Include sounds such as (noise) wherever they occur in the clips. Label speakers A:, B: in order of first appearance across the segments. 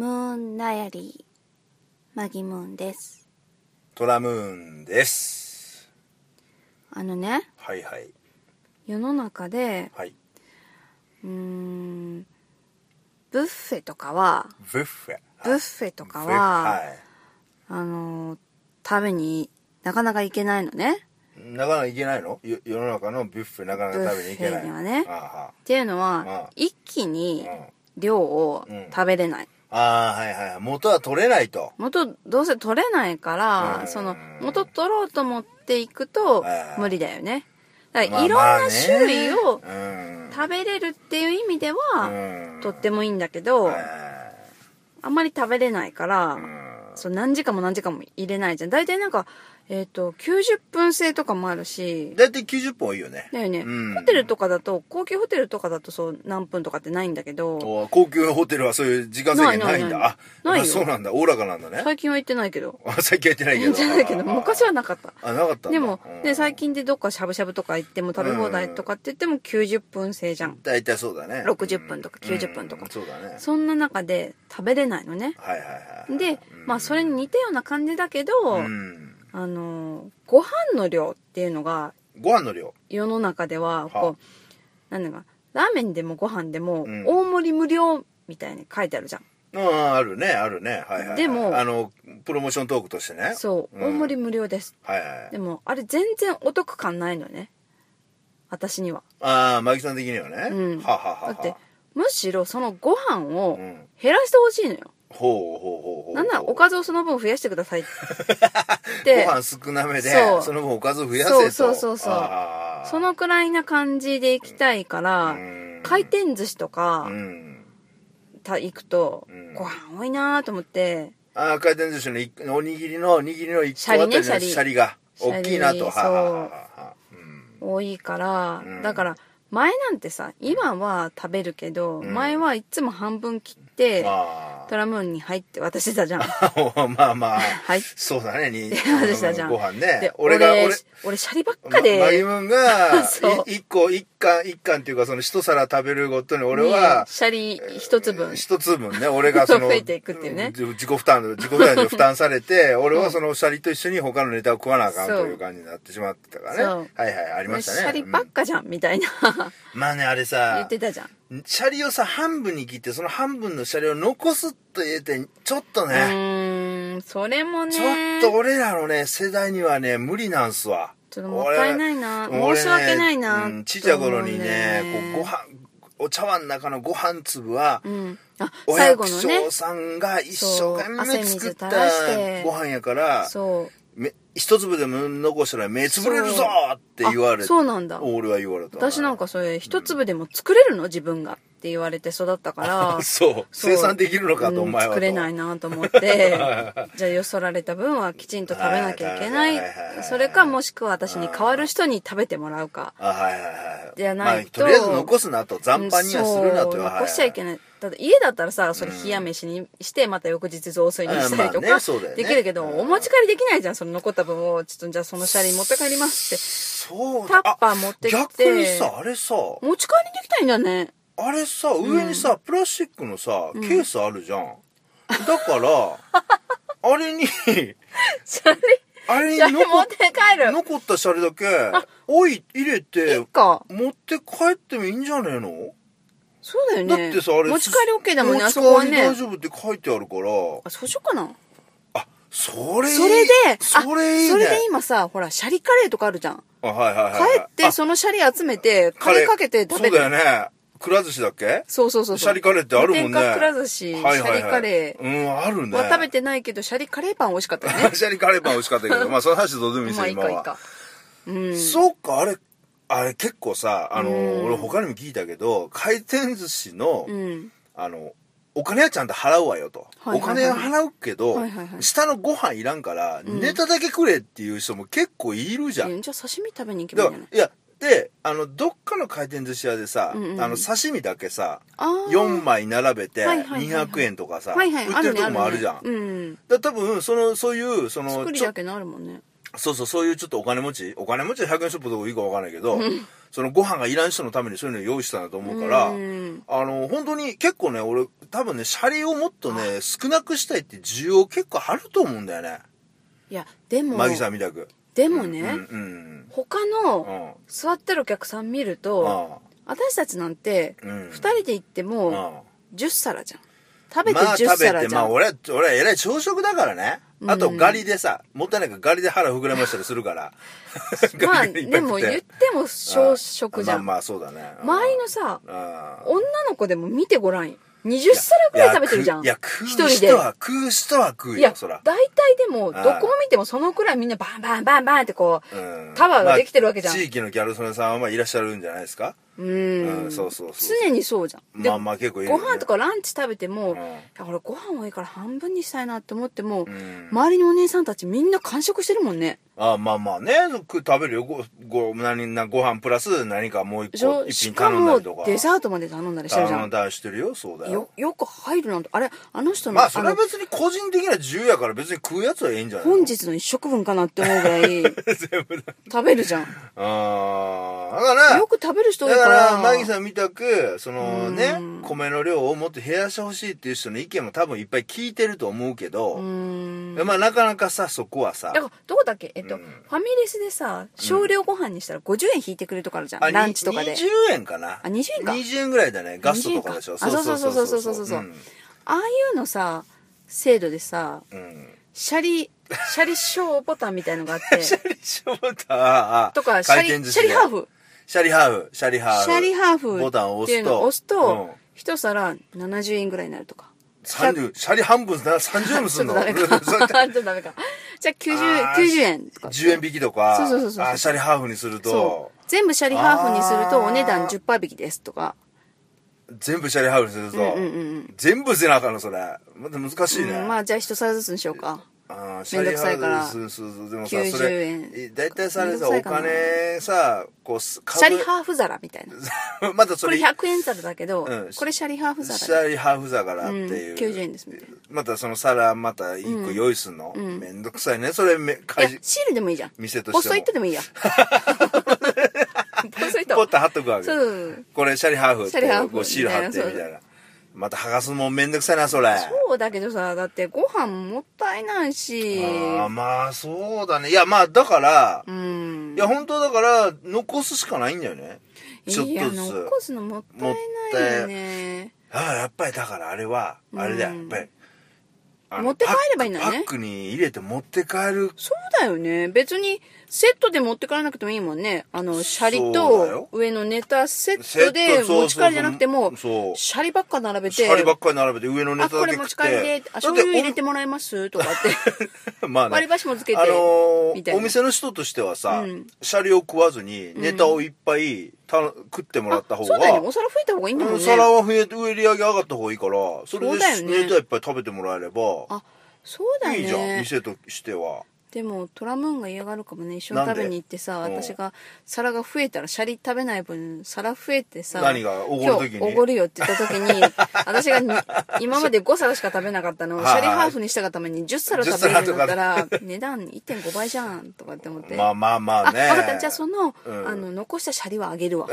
A: ンダヤリーマギムーンです
B: トラムーンです
A: あのね
B: はいはい
A: 世の中で
B: はいう
A: ーんブッフェとかは
B: ブッフェ
A: ブッフェとかは
B: ブッフェはい
A: あのー食べになかなか行けないのね
B: なかなかいけないのよ世の中のビュッフェなかなか食べに行けない
A: ビュッフェにはね
B: あ
A: っていうのは、
B: まあ
A: 一気に
B: あはあ
A: 量を食べれない、
B: ああはいはい元は取れないと
A: 元どうせ取れないから、
B: うん
A: その元取ろうと思っていくと
B: うん
A: 無理だよねだか
B: ま
A: ら
B: あ
A: いろん
B: まあ
A: な
B: ね
A: 種類を
B: うん
A: 食べれるっていう意味では、
B: うん
A: とってもいいんだけど、あんまり食べれないから、そう何時間も何時間も入れないじゃん大体なんか、えっと90分制とかもあるし
B: だいたい90分多いよね
A: だよね、
B: うん
A: ホテルとかだと高級ホテルとかだとそう何分とかってないんだけど
B: お高級ホテルはそういう時間制限な
A: ないな
B: いん
A: いない
B: だ
A: ない
B: あ
A: よ
B: あそうなんだおおらかなんだね
A: 最近は行ってないけど
B: あ最近は行ってないけ
A: 行
B: ど
A: ってないけど昔はなかった
B: あなかったんだ
A: でも
B: うん
A: で最近でどっかしゃぶしゃぶとか行っても食べ放題とかって言っても90分制じゃん
B: 大体そうだね
A: 60分とか90分とか
B: うんそうだね
A: そんな中で食べれないのね
B: はいはいはい
A: でまあそれに似たような感じだけど、
B: うん
A: あのご飯の量っていうのが
B: ご飯の量
A: 世の中では
B: は
A: こうなんだかラーメンでもご飯でも
B: うん
A: 大盛り無料みたいに書いてあるじゃん、
B: うんうんあるねあるねはいはいはい
A: でも
B: あのプロモーショントークとしてね
A: そう、
B: ん
A: 大盛り無料です
B: はいはい
A: でもあれ全然お得感ないのよね私には
B: ああマギさん的にはね、
A: うん
B: はははは
A: だってむしろそのご飯を
B: うん
A: 減らしてほしいのよ、
B: ほうほうほうほう
A: なんならおかずをその分増やしてください
B: (laughs)
A: っ
B: ご
A: て
B: 飯少なめで
A: そう
B: その分おかず増やせと
A: そうそうそうそう
B: あー
A: そのくらいな感じで行きたいから、
B: うん
A: 回転寿司とか、
B: うん
A: た行くと、
B: うん
A: ご飯多いなーと思って
B: ああ回転寿司のいおにぎりのおにぎりの一個あたりの
A: シャリねシャリ
B: シャリが
A: シャリ
B: 大きいなとは
A: そう
B: ははははうん
A: 多いから、
B: うん
A: だから前なんてさ今は食べるけど、
B: うん
A: 前はいつも半分切って、
B: あ
A: トラムーンに入って渡してたじゃん
B: (laughs) あまあまあ
A: 入っ
B: そうだねに
A: (laughs) 私たちは
B: ご飯ね
A: て
B: 俺が俺
A: 俺俺シャリばっ
B: ま
A: か
B: マギ
A: で、
B: ム
A: (laughs)
B: ンが
A: そう
B: い一個一貫一貫っていうかその一皿食べるごとに俺
A: ね
B: は
A: シャリ一粒
B: 一粒ね俺がその
A: (laughs) 増えていくっていうね
B: 自自己負担自己負担で負担さ
A: (laughs)
B: れて俺はそのシャリと一緒に他のネタを食わなあかん
A: そう
B: という感じになってしまってたから
A: そう
B: ねはいはいありましたね
A: シャリばっかじゃんみたいな
B: うんまあねあ
A: 言
B: れ
A: っ
B: さ
A: てたじゃん、
B: シャリをさ半分に切ってその半分のシャリを残すと言えてちょっと
A: う
B: ね
A: ーんそれもね
B: ちょっと俺らのね世代にはね無理なんすわ
A: ちょっともったいないな
B: 俺ね
A: 申し訳ないな
B: うんちっちゃい頃に
A: と
B: ね
A: 思う
B: こうご飯お茶碗の中のご飯粒は、
A: うん、あ
B: お
A: 最
B: 百
A: 後のね
B: 姓さんが一生懸
A: そう汗
B: 命
A: 水
B: 作った
A: 垂らして
B: ご飯やから
A: そう
B: め一粒でも残したら目つぶれるぞって言わ
A: あ
B: れて
A: そうなんだ
B: 俺は言われた
A: 私なんかそれ一粒でも作れるの自分がって言われて育ったから
B: そう
A: そう
B: 生産できるのかと、
A: うん
B: お前はと
A: 作れないなと思って
B: (laughs)
A: じゃあよそられた分はきちんと食べなきゃいけない
B: はいはいはいはい
A: それかもしくは私に代わる人に食べてもらうか
B: あはいはいはい
A: じゃないと
B: まあ、とりあえず残すなと残飯にはするなと
A: そう
B: はは
A: 残しちゃいけないだって家だったらさそれ冷や飯にしてまた翌日雑炊にしたりとか
B: あまあねそうだよね
A: できるけど
B: うん
A: お持ち帰りできないじゃんその残った分をちょっとじゃあそのシャリ持って帰ります
B: そう
A: ってタ
B: だ
A: ッパー持ってきて
B: あ逆にさあれさ
A: って持ち帰りできたいんだね
B: あれさ上にさ、プラスチックのさケースあるじゃん、だから
A: (laughs)
B: あれに
A: シャリ
B: あれに
A: シャリ
B: 残
A: 持
B: っ
A: って帰る
B: 残ったシャリだけおい入れ
A: い
B: て
A: いか
B: 持って帰ってもいいんじゃねえの
A: そうだよね
B: だってさあれ
A: 持ち帰り OK だもんねあ
B: 持ち
A: そ
B: 帰
A: こは
B: り
A: ね
B: 大丈夫って書いてあるから
A: あそうしようかな
B: あそれいい
A: それで
B: それい
A: あ
B: いね
A: それで今さほらシャリカレーとかあるじゃん
B: あはいはいはいはい
A: 帰ってそのシャリ集めて
B: あカ
A: カレーかけて食べる
B: そうだよねくら寿司だっけ
A: そうそうそうそう
B: シャリカレーってあるもんね
A: 無添加くら寿司、
B: はいはいはい
A: シャリカレー
B: うんあるね
A: は食べてないけど、シャリカレーパン美味しかったよね
B: (laughs) 。シャリカレーパン美味しかった
A: (laughs)
B: けどまあその話どうでもいいです
A: まあ
B: よ
A: いい
B: 今
A: かいい
B: は
A: か。うん。
B: そっかあれあれ結構さあの
A: うん
B: 俺他にも聞いたけど回転寿司の
A: うん。
B: あのお金はちゃんと払うわよと、
A: はいはいはい
B: お金は払うけど、
A: はいはいはい
B: 下のご飯いらんから、ネタだけくれっていう人も結構いるじゃん、
A: えじゃあ刺身食べに行けばい
B: だ
A: い
B: か
A: んじ
B: ら
A: ゃない
B: いやであのどっかの回転寿司屋でさ、
A: うんうん
B: あの刺身だけさ
A: あー
B: 4枚並べて
A: はいはいはいはい
B: 200円とかさ、
A: はいはい。
B: 売ってるとこもある
A: ね
B: じゃん、
A: うん。
B: だから多分そのそういうその
A: 作り
B: ちょ
A: だけのあるもんね。
B: そうそう、そういうちょっとお金持ち、お金持ちで100円ショップどこいいかわかんないけど、そのご飯がいらん人のためにそういうの用意したんだと思うから、
A: うん
B: あの、本当に結構ね、俺、多分ね、シャレをもっとね、少なくしたいって需要結構あると思うんだよね。
A: いやでも
B: マギさんみたく。
A: でもね、
B: うん、うん。
A: 他
B: う
A: の
B: ん。
A: 座ってるお客さん見る
B: あ
A: と、
B: あ。
A: 私たちなんて
B: うん。
A: 2人で行っても
B: ああ
A: 10皿じゃん食べて
B: まあ
A: 10
B: 食べ
A: 皿
B: て、
A: じ
B: ま
A: ゃ
B: あ
A: ん、
B: 俺は、俺はえらい朝食だからね。あとガリでさ、もったいないからガリで腹膨らましたりするから。
A: まあでも
B: ガリガリいっぱい食って
A: 言っても小食じゃん、
B: あまあまあそうだね。
A: 周りのさ
B: あ
A: 女の子でも見てごらんよ20皿くらい食べてるじゃん
B: いや、食う
A: 一人で
B: 人は食う人は食う
A: い
B: よ
A: や、
B: そら。
A: 大体でもど
B: ああ
A: こを見てもそのくらいみんなバンバンバンバンってこう
B: うん
A: タワーができてるわけじゃん
B: まあ地域のギャル曽根さんはまあいらっしゃるんじゃないですか。
A: うー
B: うんんそうそうそう
A: 常にそうじゃんで、
B: まあまあ結構いる
A: ご
B: よね
A: 飯とかランチ食べても、
B: うん
A: いや俺ご飯多いから半分にしたいなって思っても、
B: ん
A: 周りのお姉さんたちみんな完食してるもんね
B: あまあまあね、食食べるよ。ご、ご、何、なご飯プラス何かもう
A: で
B: 一
A: しょ
B: 個、一
A: し
B: 品
A: か
B: 頼んだ
A: も
B: りとか。
A: デザートまで頼んだりしてるじゃ
B: 頼ん
A: ん
B: だりしてるよ、そうだよ
A: よ。よく入るなんてあれあの人の,、
B: まあそれは
A: の
B: 別に個人的な自由やから別に食うやつはいいんじゃないの
A: 本日の一食分かなって思うぐらい
B: (laughs) 全部だ。
A: 食べるじゃん
B: ああ、だから、
A: よく食べる人多い
B: だ
A: か
B: からら、マギさんみたく、そのね
A: うん、
B: 米の量をもっと減らしてほしいっていう人の意見も多分いっぱい聞いてると思うけど、
A: うーん
B: まあなかなかさ、そこはさ
A: だ、からどこだっけえっと、
B: うん
A: ファミレスでさ少量ご飯にしたら50円引いてくれるとかあるじゃん、
B: あ
A: ランチとかで
B: に20円かな。
A: あ20円か
B: 20円ぐらいだね。ガストとかでしょ。
A: 20円かあそうそうそうそうそうそう
B: うん
A: ああいうのさ制度でさ
B: うん。
A: シャリシャリショーボタンみたいのがあって
B: シ (laughs) ャリショボタン、ああ
A: とかシャリシャリハー。フ
B: シャリハーフ、シャリハーフ。
A: シャリハーフ
B: ボタンを
A: っ
B: 押
A: ていう
B: す
A: の
B: と。
A: を押す
B: うん
A: と一皿70円ぐらいになるとか
B: 三十シャリ半分な30円
A: (laughs)
B: も
A: ち
B: す
A: ょっ
B: ん
A: と
B: の
A: ダメかちょっ
B: (laughs) そうやって
A: とダメかじゃあ
B: あ
A: 90,
B: ー
A: 90円
B: (laughs)
A: とか
B: 10円引きとか
A: そうそうそうそう
B: あシャリハーフにする
A: そ
B: と
A: う全部シャリハーフにすると
B: あー
A: お値段10%引きですとか
B: 全部シャリハーフにすると、
A: うんうんうんうん
B: 全部せなあかんのそれまた難しいね、
A: うんまあじゃあ一皿ずつにしようか
B: あーシ
A: めん
B: ャ
A: ど
B: リ
A: く
B: ハ
A: さいから
B: ーフにするそうそうでもさそ
A: 90
B: れ
A: 円
B: い大体さあれさ
A: めんど
B: お
A: くさいかな
B: 金さこう
A: シ
B: す
A: ャリ
B: 数
A: ハーフ皿みたいな
B: (laughs) またそ
A: こ
B: れ
A: れ100円皿だけど、
B: うん
A: これシャリハーフ皿
B: シ
A: だ
B: ャリハーフだからって
A: うん
B: いう、
A: 90円ですみたいな
B: またその皿また一個用意すんの、めんどくさいねそれめか
A: いや
B: じ
A: シールでもいいじゃん
B: 店としても
A: ポストイットでもい
B: (laughs)
A: いやポストイット
B: ポッと貼っとくわけ
A: そうそうそう
B: これシャリハーフって
A: シャリハーフ
B: こうシール貼って
A: み
B: みた
A: た
B: い
A: い
B: な
A: な
B: また剥がすのもめんどくさいなそれ
A: そうだけどさだってご飯もったいないし
B: ああまあそうだねいやまあだから、
A: うん
B: いや本当だから残すしかないんだよねちょっ
A: いや
B: とずつ
A: 残すのもったいないよね
B: ああやっぱりだからあれはあれだよ
A: う
B: やっ
A: ん
B: ぱりあの
A: 持って帰ればいいんだよね
B: パックパックに入れて持って帰る
A: そうだよね別にセットで持って帰らなくてもいいもんねあのシャリ
B: そうだよ
A: と上のネタセットで持ち帰りじゃなくても
B: そう
A: シャリばっか並べて
B: シャリばっかり並べて上のネ
A: あ
B: タ
A: こ
B: だけ
A: れ持
B: 食っ
A: ち
B: て
A: 帰りであ醤油入れてもらえますとかって
B: お (laughs) まあね
A: (laughs) 割り箸もつけて
B: あの
A: みたい
B: ー、
A: な
B: お店の人としてはさ、
A: うん
B: シャリを食わずにネタをいっぱいた、食ってもらった方
A: あそ
B: が
A: うだよねお皿拭いた方がいいんだも
B: うんん
A: ね
B: 皿は増えて売り上げ上がった方がいいからそれ
A: そ
B: で
A: うだよね
B: ネタいっぱい食べてもらえれば
A: あそうだよね
B: いいじゃん店としては
A: でもトラムーンが嫌がるかもね一緒に食べに行ってさ
B: なんでうん
A: 私が皿が増えたらシャリ食べない分皿増えてさ
B: 何がおごる時に
A: 今日おごるよって言った時
B: (laughs)
A: に私がに今まで5皿しか食べなかったのを
B: は
A: シャ
B: いはい
A: リハーフにしたがために10皿食べるようになったら値段1.5倍じゃんとかって思って。
B: まあまあまあね
A: 分かったじゃあその,、
B: うん (laughs)
A: あの残したシャリはあげるわ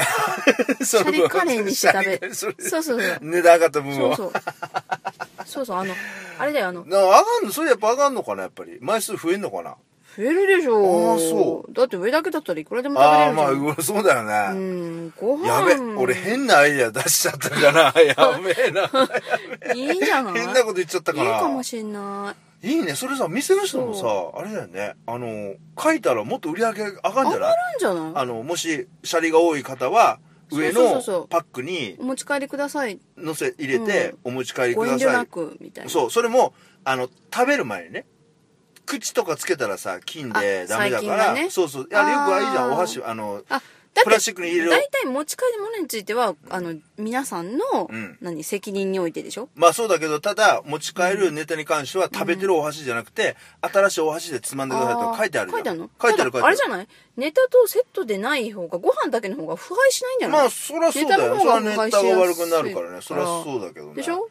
B: シ
A: シャリカレーにして食べ
B: (laughs) それ
A: そうそうそう
B: 値段上がった分
A: そう
B: は
A: そうそうそうあのあれだよあの
B: な上がんのそれやっぱ上がんのかなやっぱり枚数増えんのかな
A: 増えるでしょ
B: あーそ
A: だって上だけだったらいくらでも食べれ
B: ああ
A: るじゃん
B: ーまあそうだよ
A: う
B: ね、
A: んご飯
B: やべ俺変なアイデア出しちゃったかな
A: (laughs)
B: やべえない
A: いんじゃない
B: (laughs) 変なこと言っちゃったかない
A: いかもしんない
B: いねそれさ店の人も
A: そ
B: さあれだよねあの書いたらもっと売り上げ上がるんじゃ
A: 上
B: ない
A: がるんじゃない
B: あの、もし、シャリが多い方は、上
A: そうそ
B: の
A: うそうそう
B: パックに
A: お持ち帰りください
B: 乗せ、入れて、お持ち帰りく
A: ご遠
B: だ
A: 慮
B: さ。
A: ないくみたいな
B: そう、それも、あの、食べる前にね、口とかつけたらさ、菌で
A: あ
B: ダメだ
A: 細
B: か
A: 菌
B: ら、
A: がね
B: そうそう。いや、よくあ
A: あー
B: いいじゃん、お箸、あの、
A: あだって
B: プラスチックに入れる
A: 大体持ち帰り物についてはあの皆さんの、
B: うん
A: 何責任においてでしょ
B: まあそうだけど、ただ、持ち帰るネタに関しては、食べてるお箸じゃなくて、新しいお箸でつまんでくださいと
A: あ
B: か
A: ー
B: 書いてあるじ
A: 書
B: ゃ
A: いてあ
B: ん。
A: るの
B: 書いてある
A: た
B: 書
A: だ
B: いてあ
A: あ
B: る
A: れじ。ゃないネタとセットでない方がご飯だけの方が腐敗しないんじゃない
B: まあ、そらそうだよ。
A: ネタの
B: そら
A: 方が
B: ネタが悪くな
A: 腐敗しやす
B: る
A: い
B: からね。そらそうだけどね。
A: でしょ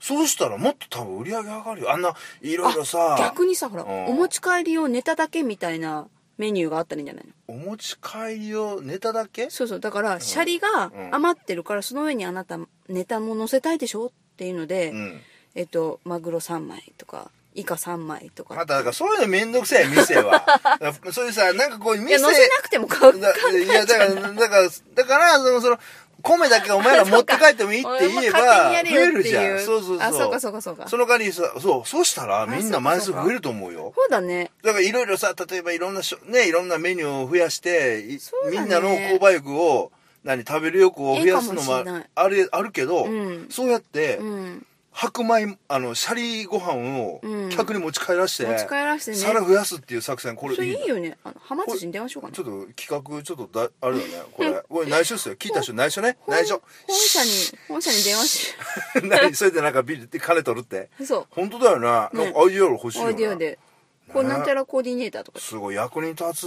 B: そうしたらもっと多分売り上げ上がるよあんないろいろさ
A: 逆にさほら、
B: うん
A: お持ち帰りをネタだけみたいなメニューがあったらいいんじゃないの
B: お持ち帰りをネタだけ
A: そうそうだからシャリが
B: うん
A: 余ってるからその上にあなたネタも載せたいでしょっていうので、
B: うん
A: えっとマグロ3枚とかイカ3枚とか
B: まただからそういうのめんどくさい店は (laughs) だからそういうさなんかこう店
A: いや載せなくても買う
B: だいやだからだからだからそのその米だけ
A: (laughs)
B: お前ら持って帰ってもいいって言
A: そ
B: え
A: うか
B: ば
A: 俺も勝手に
B: 増
A: や
B: え
A: れよっ
B: る
A: て
B: じ
A: いう
B: ゃんそうそうそう
A: あそうかそうかそうか
B: その代わりさそうそうしたらみんな枚数
A: そうかそうか
B: 増えると思うよ
A: そうだね
B: だからいろいろさ例えばいろんなしょねいろんなメニューを増やして、い
A: そう
B: み
A: だね
B: んなの購買欲を何食べる欲を増やすのも
A: いいかもしれない
B: あるあるけど、
A: うん
B: そうやって、
A: うん
B: 白米あのシャリご飯を
A: うん
B: 客に持ち帰らして,、
A: 持ち帰らしてね
B: 皿増やすっていう作戦これ
A: それいいよねあの浜
B: これ
A: 松市に電話しようかな
B: ちょっと企画ちょっとだあれだね
A: (laughs)
B: これこれ内緒っすよ聞いた人内緒ね
A: 本
B: 内緒 (laughs)
A: 本社に本社に電話し
B: 何それでなんかビルって金取るって
A: そう
B: 本当だよねなんかアイディア欲しいよ
A: ア
B: ね
A: イディアで、こうなんちゃらコーディネーターとか (laughs)
B: すごい役に立つ